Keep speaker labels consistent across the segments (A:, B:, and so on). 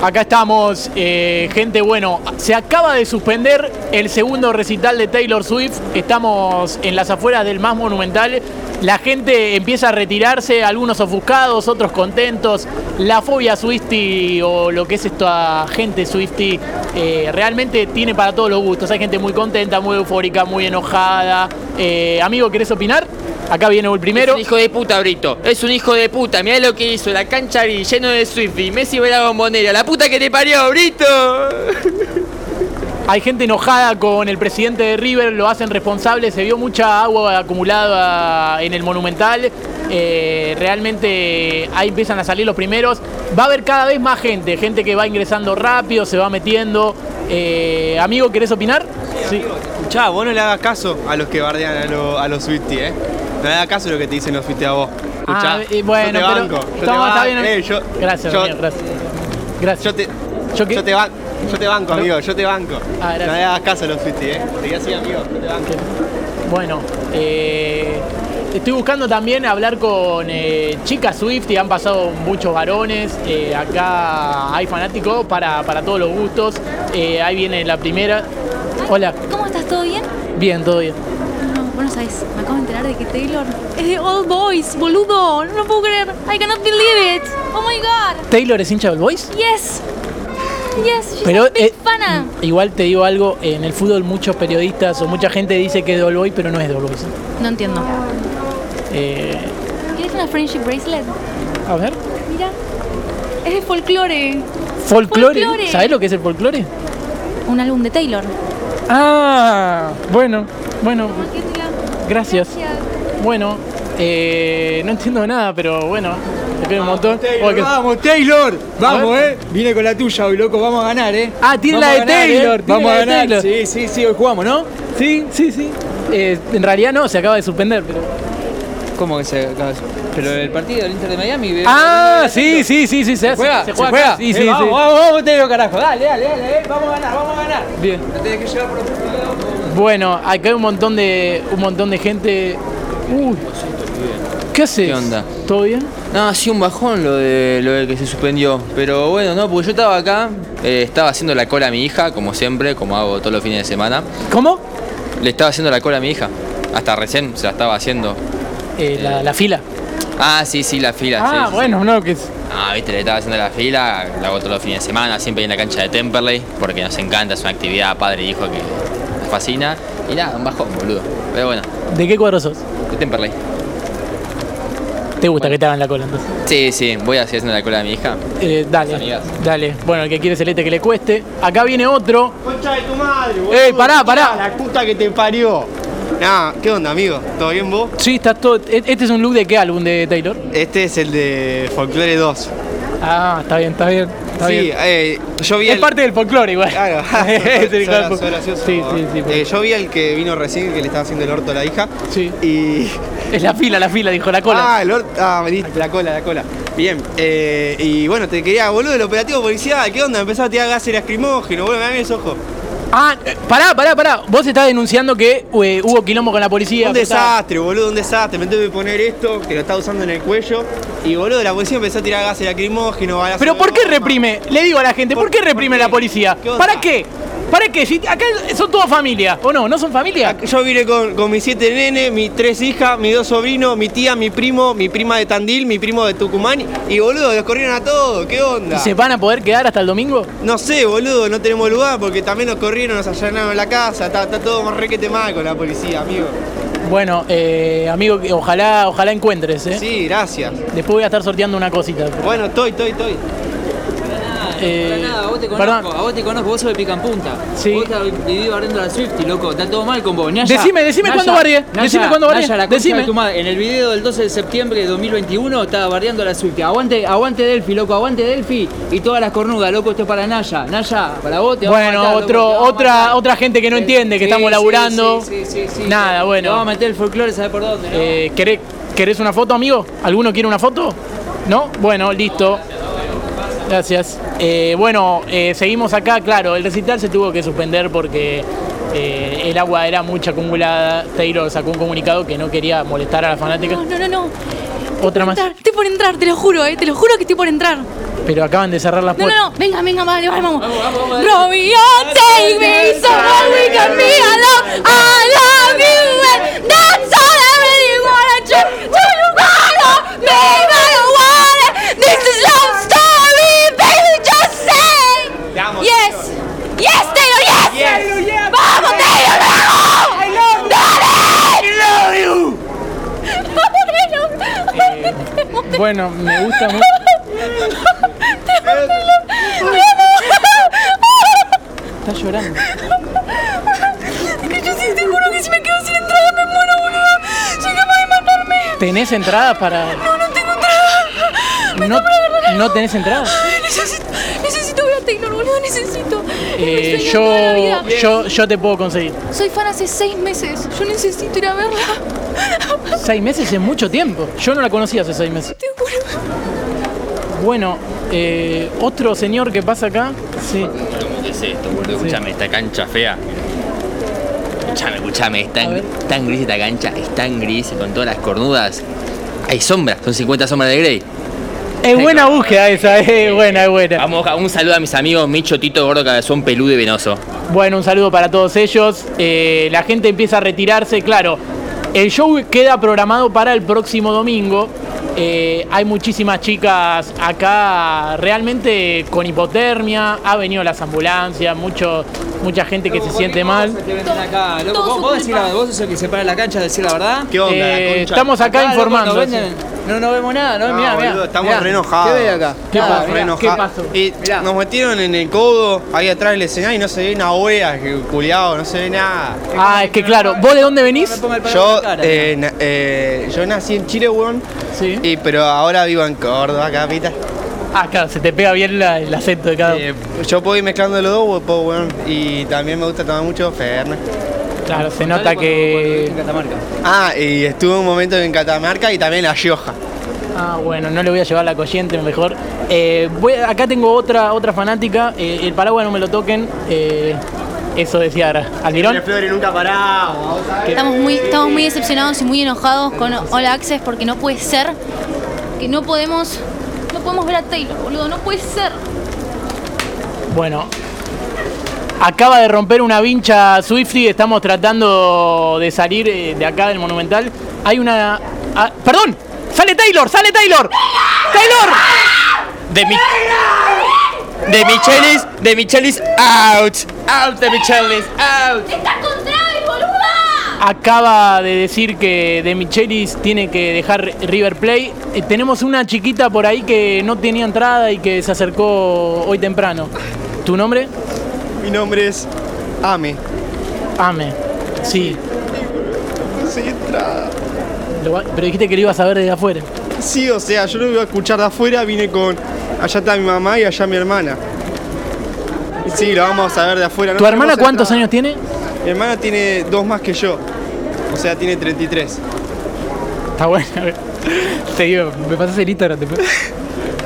A: Acá estamos, eh, gente, bueno, se acaba de suspender el segundo recital de Taylor Swift, estamos en las afueras del más monumental, la gente empieza a retirarse, algunos ofuscados, otros contentos, la fobia Swifty o lo que es esta gente Swifty eh, realmente tiene para todos los gustos, hay gente muy contenta, muy eufórica, muy enojada. Eh, amigo, ¿querés opinar? Acá viene el primero.
B: Es un hijo de puta, Brito. Es un hijo de puta. Mirá lo que hizo. La cancha gris, lleno de Swifty. Messi va a la bombonera. La puta que te parió, Brito.
A: Hay gente enojada con el presidente de River, lo hacen responsable, se vio mucha agua acumulada en el Monumental, eh, realmente ahí empiezan a salir los primeros, va a haber cada vez más gente, gente que va ingresando rápido, se va metiendo. Eh, amigo, ¿querés opinar?
C: Sí. Amigo, escuchá, vos no le hagas caso a los que bardean a, lo, a los Swifty, ¿eh? No le hagas caso a lo que te dicen los Swifty a vos. Escuchá,
A: Ah, y bueno,
C: yo te
A: pero
C: banco. yo te
A: estamos- está
C: banco.
A: bien.
C: Eh, yo,
A: gracias,
C: yo,
A: bien, gracias. Gracias.
C: yo te,
A: ¿Yo qué?
C: yo te banco. Yo te banco, amigo, yo te banco.
A: Ah, gracias.
C: no le hagas caso a los Swifty, ¿eh? Te digo así, amigo, yo te banco.
A: Bueno, eh, estoy buscando también hablar con eh, chicas Swift y han pasado muchos varones. eh, acá hay fanáticos para, para todos los gustos. Eh, ahí viene la primera. Hola,
D: Ah, ¿Cómo estás? ¿Todo bien?
A: bien, todo bien.
D: No, vos no sabés. Me acabo de enterar de que Taylor es de Old Boys, boludo. No lo puedo creer. I cannot believe it. Oh my god.
A: ¿Taylor es hincha del Boys?
D: Yes. Yes. She's
A: Pero
D: a big
A: eh,
D: fana.
A: igual te digo algo, en el fútbol muchos periodistas o mucha gente dice que es de All Boys, pero no es de All Boys.
D: No entiendo.
A: Eh,
D: ¿Quieres una friendship bracelet?
A: a ver,
D: Mira. Es de folclore.
A: folclore.
D: Folclore.
A: ¿Sabés lo que es el folclore?
D: Un álbum de Taylor.
A: Ah, bueno, bueno,
D: Marketing.
A: gracias.
D: Gracias.
A: Bueno, eh, no entiendo nada, pero bueno, te pido un montón.
E: Taylor,
A: Porque-
E: vamos, Taylor. Vamos,
A: ver.
E: eh. Viene con la tuya hoy, loco. Vamos a ganar, eh.
A: Ah, tiene
E: Vamos
A: la de
E: a ganar, eh.
A: Taylor, tiene
E: Vamos
A: la
E: a
A: de
E: ganar.
A: Taylor.
E: Sí, sí, sí. Hoy jugamos, ¿no?
A: Sí, sí, sí. Eh, en realidad no, se acaba de suspender, pero.
E: Eh,
C: ¿Cómo que se Pero el partido del Inter de Miami.
E: Ah,
A: sí, sí, sí, sí, se hace.
E: ¿Juega?
A: Se juega. acá. Sí,
E: Eh,
A: sí,
E: vamos,
A: sí.
E: vamos, vamos, Taylor, carajo. Dale, dale, dale. eh. Vamos a ganar, vamos a ganar.
A: Bien.
E: Tenés que llevar por
A: Bueno, acá hay un montón de. un montón de gente. Uy. ¿Qué haces?
B: ¿Qué onda?
A: ¿Todo bien?
B: No, sí, un bajón lo de lo de que se suspendió. Pero bueno, no, porque yo estaba acá, eh, estaba haciendo la cola a mi hija, como siempre, como hago todos los fines de semana.
A: ¿Cómo?
B: Le estaba haciendo la cola a mi hija. Hasta recién se la estaba haciendo.
A: Eh, la, la fila.
B: Ah, sí, sí, la fila. sí,
A: ah,
B: sí, sí.
A: bueno, no, que es.
B: Ah, viste, le estaba haciendo la fila, la hago todos los fines de semana, siempre en la cancha de Temperley, porque nos encanta, es una actividad padre e hijo que nos fascina. Y nada, un bajón, boludo. Pero bueno,
A: ¿De qué cuadro sos?
B: de Temperley.
A: Te gusta que te hagan la cola entonces.
B: Sí, sí, voy a seguir haciendo la cola de mi hija.
A: Eh, dale.
B: Amigas.
A: Dale. Bueno, el que quiere celeste que le cueste. Acá viene otro.
C: Concha de tu madre, boludo. Ah,
A: Eh, pará, pará.
C: La puta que te parió. Nah, ¿qué onda, amigo? ¿Todo bien vos?
A: Sí, estás todo. e- Este es un look de qué álbum de Taylor.
C: Este es el de Folklore 2.
A: Ah, está bien, está bien. Está
C: sí,
A: bien.
C: eh, yo vi
A: Es
C: el...
A: parte del folclore igual.
C: Claro,
A: Es el hijo de
C: Suena-
A: pu-
C: suena gracioso.
A: Sí, sí, sí.
C: Eh, yo vi el que vino recién, que le estaba haciendo el orto a la hija.
A: Sí.
C: Y...
A: Es la fila, la fila, dijo la cola.
C: Ah, el orto... Ah, me diste la cola, la cola. Bien, eh, y bueno, te quería, boludo, el operativo policial, ¿qué onda? Empezaba a tirar gases lacrimógenos, boludo, me dan esos ojos.
A: Ah, eh, pará, pará, pará. Vos estás denunciando que eh, hubo quilombo con la policía.
C: Un
A: que estaba-
C: desastre, boludo, un desastre. Me tuve que poner esto, que lo estaba usando en el cuello. Y boludo, la policía empezó a tirar gases lacrimógenos, balazos
A: Pero
C: de
A: ¿por qué
C: goma.
A: reprime? Le digo a la gente, ¿por,
C: ¿Por-
A: qué reprime
C: por qué?
A: la policía?
C: ¿Qué onda?
A: ¿Para qué? ¿Para qué? Si acá son todas familia, ¿o no? ¿No son familia?
C: Yo vine con, con mis siete nenes, mis tres hijas, mis dos sobrinos, mi tía, mi primo, mi prima de Tandil, mi primo de Tucumán. Y boludo, los corrieron a todos, ¿qué
A: ¿Y
C: onda?
A: se van a poder quedar hasta el domingo?
C: No sé, boludo, no tenemos lugar porque también nos corrieron, nos allanaron la casa. Está, está todo más requete mal con la policía, amigo.
A: Bueno, eh, amigo, que ojalá, ojalá encuentres, ¿eh?
C: Sí, gracias.
A: Después voy a estar sorteando una cosita.
C: Bueno, estoy, estoy, estoy.
A: Eh,
F: Para nada, a vos te conozco,
A: perdón.
F: a vos te conozco, vos sos de pica en punta.
A: Sí.
F: Vos estás vivido barriendo a la Swifty, loco, está todo mal con vos. Naya,
A: Decime, decime
F: Naya,
A: cuándo barrié,
F: Naya,
A: decime cuándo barrié,
F: Naya, la concha
A: decime.
F: de tu madre. En el video del 12 de septiembre de 2021 estaba barriendo a la Swifty. Aguante, aguante Delphi, loco, aguante Delphi y todas las cornudas, loco, esto es para Naya. Naya, para vos te vamos a
A: Bueno,
F: matar, loco,
A: otro,
F: te vamos a
A: otra,
F: matar.
A: otra gente que no
F: Sí,
A: entiende, que
F: sí,
A: estamos
F: sí,
A: laburando.
F: sí, sí, sí, sí.
A: Nada,
F: Te
A: bueno.
F: Vamos a meter el folclore, ¿sabes por dónde? no?
A: Eh, ¿queré- ¿Querés una foto, amigo? ¿Alguno quiere una foto? ¿No? Bueno, listo. Gracias. Eh, bueno, eh, seguimos acá. Claro, el recital se tuvo que suspender porque eh, el agua era mucha acumulada. Taylor sacó un comunicado que no quería molestar a la fanática.
D: No, no, no, no.
A: Otra más.
D: Entrar, Estoy por entrar, te lo juro, eh. Te lo juro que estoy por entrar.
A: Pero acaban de cerrar las
D: No,
A: puertas.
D: no, no. Venga, venga, vale, vamos. Robbie, oh, take me somewhere we can be alone. I love you and that's all I really wanna do. Do you wanna me? I don't wanna. This is love story, baby. Just say
C: Te amo,
D: yes, yes, Taylor, yes.
A: Eh,
D: Vamos, Taylor, vamos. I love you. I love you.
A: Bueno, me gusta mucho. Está llorando.
D: Es que yo sí te juro que si me quedo sin entrada me muero, boludo. Soy capaz de matarme.
A: ¿Tenés entradas para.?
D: No, no tengo entrada. Me
A: No,
D: está por agarrar.
A: no tenés entrada.
D: Ay, Necesito, necesito ver a Taylor, boludo, necesito. Es mi
A: Eh,
D: sueño de toda la
A: yo,
D: vida.
A: yo, yo te puedo conseguir.
D: Soy fan hace seis meses. Yo necesito ir a verla.
A: Seis meses es mucho tiempo. Yo no la conocí hace seis meses.
D: Te juro.
A: Bueno, eh, otro señor que pasa acá. Sí.
B: ¿Qué es esto, boludo? Escuchame, esta cancha fea. Escuchame, escuchame, es
A: A ver.
B: tan, tan gris esta cancha, es tan gris con todas las cornudas. Hay sombras, son 50 sombras de Grey.
A: Es buena búsqueda esa, es buena, es buena.
B: Vamos, un saludo a mis amigos Micho, Tito, Gordo, Cabezón, Peludo y Venoso.
A: Bueno, un saludo para todos ellos. Eh, la gente empieza a retirarse, claro. El show queda programado para el próximo domingo. Eh, hay muchísimas chicas acá realmente con hipotermia. Ha venido las ambulancias, mucho, mucha gente que se siente mal.
F: Que venden acá, loco.
D: Todo
F: Vos,
D: su
F: vos decís la-
D: culpa.
F: vos sos el que se para en la cancha a decir la verdad.
C: ¿Qué onda?
A: Eh,
C: la concha?
A: estamos acá
F: loco,
A: informando.
F: nos venden. No, no vemos nada, no,
C: No,
F: Ah, mirá, mirá.
C: Ah, boludo, estamos
F: Mirá.
C: re enojados.
F: ¿Qué ves acá?
A: ¿Qué
F: Nada,
A: pasó?
C: Estamos
F: mirá.
C: re
A: mirá, ¿qué
C: enojados.
A: pasó?
C: Eh,
F: Mirá.
C: nos metieron en el codo ahí atrás del escenario y no se ve una oea, que culiado, no se ve nada.
A: Ah, es que claro, ¿vos de dónde venís?
F: Ponga el palo en
C: Yo,
F: la cara,
C: eh, na- eh, yo nací en Chile, weón,
A: Sí.
C: y- pero ahora vivo en Córdoba, capital.
A: Ah, claro, se te pega bien la- el acento de cada uno.
C: Eh, yo puedo ir mezclando los dos, weón, po, weón, y también me gusta tomar mucho Fernet.
A: Claro, se
F: Contale
A: nota
F: cuando- cuando viviste
A: que.
F: en Catamarca.
C: Ah, y estuve un momento en Catamarca y también en La Rioja.
A: Ah, bueno, no le voy a llevar la corriente mejor. Eh, voy- acá tengo otra, otra fanática. eh, el paraguas no me lo toquen. eh, eso decía ahora. Almirón.
C: flores nunca paramos.
G: Estamos muy, estamos muy decepcionados y muy enojados con Hola Access porque no puede ser que no podemos,
D: No podemos ver a Taylor, boludo, no puede ser.
A: Bueno. Acaba de romper una vincha Swifty. Estamos tratando de salir eh, de acá del Monumental. Hay una. ah, ¡Perdón! ¡Sale Taylor! ¡Sale Taylor! ¡Taylor!
B: De mi. De Michelis, de Michelis, out, out de Michelis, out.
D: ¡Está con Travis, boluda!
A: Acaba de decir que De Michelis tiene que dejar River Play. Eh, tenemos una chiquita por ahí que no tenía entrada y que se acercó hoy temprano. ¿Tu nombre?
C: Mi nombre es Ame.
A: Ame. Sí.
C: Sí, entrada.
A: Lo va- pero dijiste que lo ibas a ver desde afuera.
C: Sí, o sea, yo lo iba a escuchar de afuera, vine con. Allá está mi mamá y allá mi hermana. Sí, lo vamos a ver de afuera. ¿no?
A: ¿Tu hermana
C: Tenemos
A: cuántos
C: entrada.
A: años tiene?
C: Mi hermana tiene dos más que yo. O sea, tiene 33.
A: Está bueno. Te digo, me pasas el Instagram después.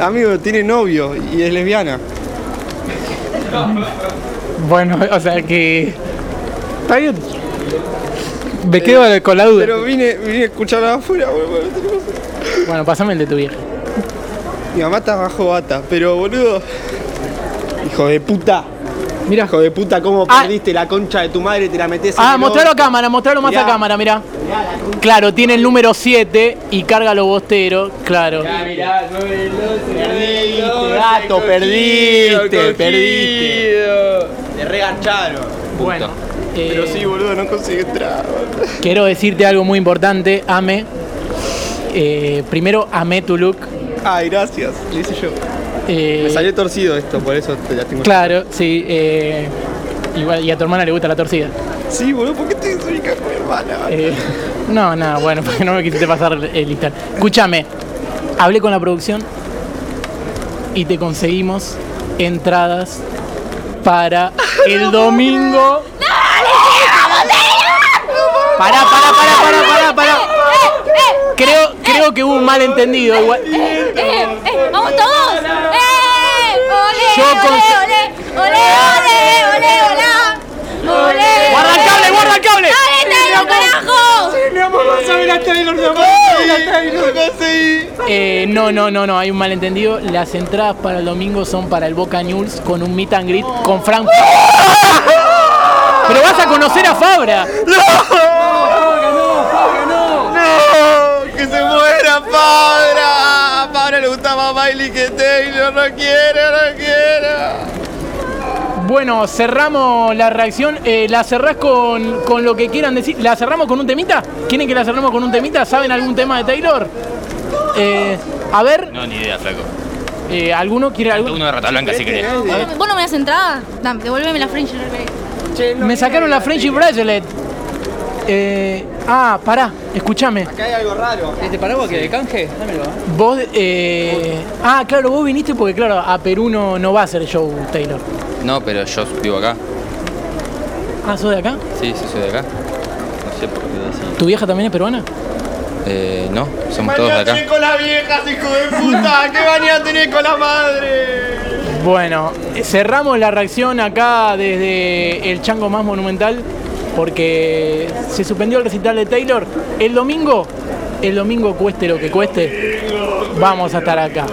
C: Amigo, tiene novio y es lesbiana.
A: Bueno, o sea que. Está bien. Me quedo con la duda.
C: Pero vine, vine a escuchar de afuera, boludo.
A: Bueno, pasame el de tu vieja.
C: Mi mamá está bajo bata, pero boludo. Hijo de puta.
A: Mira.
C: Hijo de puta, ¿cómo
A: Ah.
C: perdiste la concha de tu madre? Te la metes en
A: Ah,
C: el
A: mostralo a
C: orto?
A: cámara, mostralo más a
C: Mirá.
A: cámara, mirá. Claro, tiene el número 7 y carga los bosteros, claro.
C: Perdiste, gato, perdiste, perdiste. Te regancharon.
A: Bueno, eh,
C: Pero sí, boludo, no consigue entrar.
A: quiero decirte algo muy importante, Ame. Eh, primero, amé tu look.
C: Ay, gracias, le hice yo.
A: Eh,
C: Me salió torcido esto, por eso te la tengo.
A: Claro, sí. eh, igual, y a tu hermana le gusta la torcida.
C: Sí, boludo, ¿por qué te desubicas con mi hermana?
A: Eh, no, nada, bueno, porque no me quisiste pasar el Instagram. Escúchame, hablé con la producción y te conseguimos entradas para el domingo. Pará, pará, pará, pará, pará, pará.
G: ¡Eh,
A: Creo, creo que hubo un malentendido. Igual.
D: ¡Eh, eh! ¡Vamos todos! ¡Eh!
A: Yo
D: ¡Ole,
A: con-
D: ole, ole! ¡Ole, ole, ole, hola! ¡Ole!
A: ¡Guarda el cable, guarda el cable!
D: ¡Dale, Taylor, carajo!
C: Eh. Mi amor, vas a ver a Taylor, mi amor. ¡Lo conseguí!
A: Eh, no, no, no, no, hay un malentendido. Las entradas para el domingo son para el Boca News con un meet and greet con Frank. Pero vas a conocer a Fabra.
C: ¡No! ¡Que se muera Fabra! A Fabra le gusta más Miley que Taylor. ¡No quiere, no quiere!
A: Bueno, cerramos la reacción. Eh, la cerrás con, con lo que quieran decir. ¿La cerramos con un temita? ¿Quieren que la cerramos con un temita? ¿Saben algún tema de Taylor? Eh, a ver,
B: No, ni idea, flaco.
A: eh, ¿alguno quiere algo?
B: Uno de rata blanca, si querés.
G: ¿Vos no me das entrada? Dame, devuélveme la French Bracelet.
A: Me sacaron la Frenchie Bracelet. Eh, ah, pará, escúchame.
C: Acá hay algo raro.
F: ¿Este paraguas que de canje? Dámelo.
A: Vos, eh, ah, claro, vos viniste porque, claro, a Perú no, no va a hacer show Taylor.
B: No, pero yo vivo acá.
A: Ah, ¿sos de acá?
B: Sí, sí, soy de acá. No sé por qué decir.
A: ¿Tu vieja también es peruana?
B: Eh, no, somos todos de
C: Mañana
B: acá.
C: con las viejas, hijo de puta. ¿Qué mañana tenés con la madre?
A: Bueno, cerramos la reacción acá desde el chango más monumental porque se suspendió el recital de Taylor. El domingo, el domingo cueste lo que cueste, vamos a estar acá.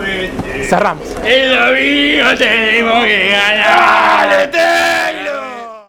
A: Cerramos.
C: El domingo tenemos que ganar.